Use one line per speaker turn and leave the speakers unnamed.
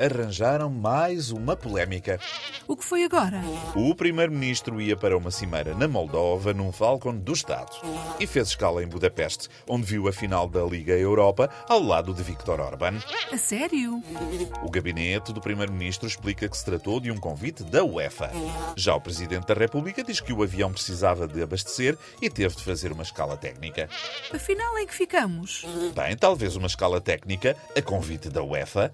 arranjaram mais uma polémica.
O que foi agora?
O primeiro-ministro ia para uma cimeira na Moldova, num Falcon do Estado, e fez escala em Budapeste, onde viu a final da Liga Europa ao lado de Viktor Orban.
A sério?
O gabinete do primeiro-ministro explica que se tratou de um convite da UEFA. Já o presidente da República diz que o avião precisava de abastecer e teve de fazer uma escala técnica.
Afinal, em que ficamos?
Bem, talvez uma escala técnica a convite da UEFA